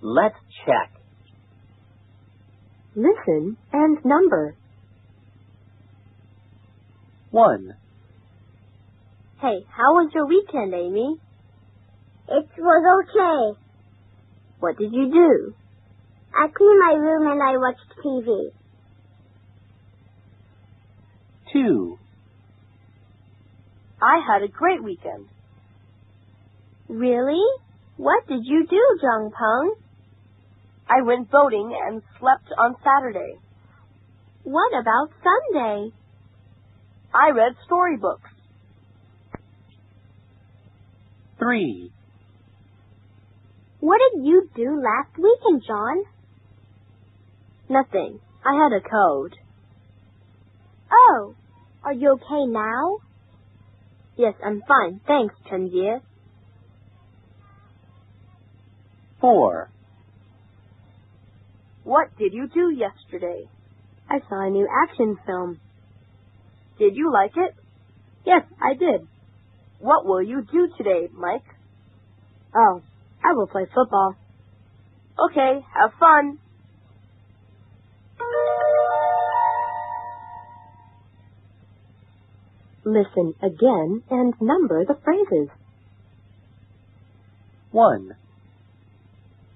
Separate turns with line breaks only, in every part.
Let's check.
Listen and number.
One.
Hey, how was your weekend, Amy?
It was okay.
What did you do?
I cleaned my room and I watched TV.
Two.
I had a great weekend.
Really? What did you do, Jung Peng?
I went boating and slept on Saturday.
What about Sunday?
I read storybooks.
Three.
What did you do last weekend, John?
Nothing. I had a cold.
Oh, are you okay now?
Yes, I'm fine. Thanks, Chen Jie.
Four.
What did you do yesterday?
I saw a new action film.
Did you like it?
Yes, I did.
What will you do today, Mike?
Oh, I will play football.
Okay, have fun.
Listen again and number the phrases.
One.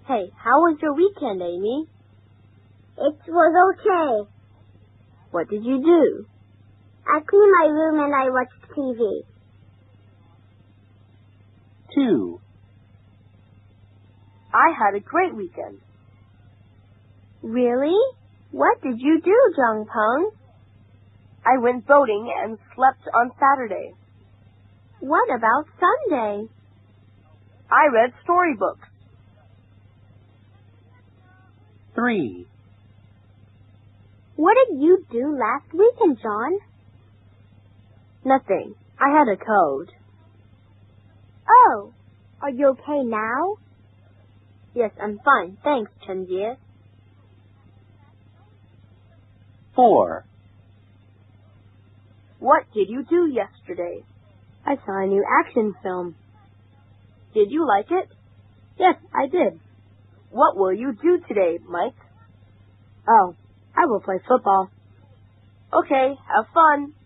Hey, how was your weekend, Amy?
It was okay.
What did you do?
I cleaned my room and I watched TV.
Two.
I had a great weekend.
Really? What did you do, Jung Peng?
I went boating and slept on Saturday.
What about Sunday?
I read storybooks.
Three.
What did you do last weekend, John?
Nothing. I had a cold.
Oh, are you okay now?
Yes, I'm fine. Thanks, Chen Jie.
Four.
What did you do yesterday?
I saw a new action film.
Did you like it?
Yes, I did.
What will you do today, Mike?
Oh, I will play football.
Okay, have fun.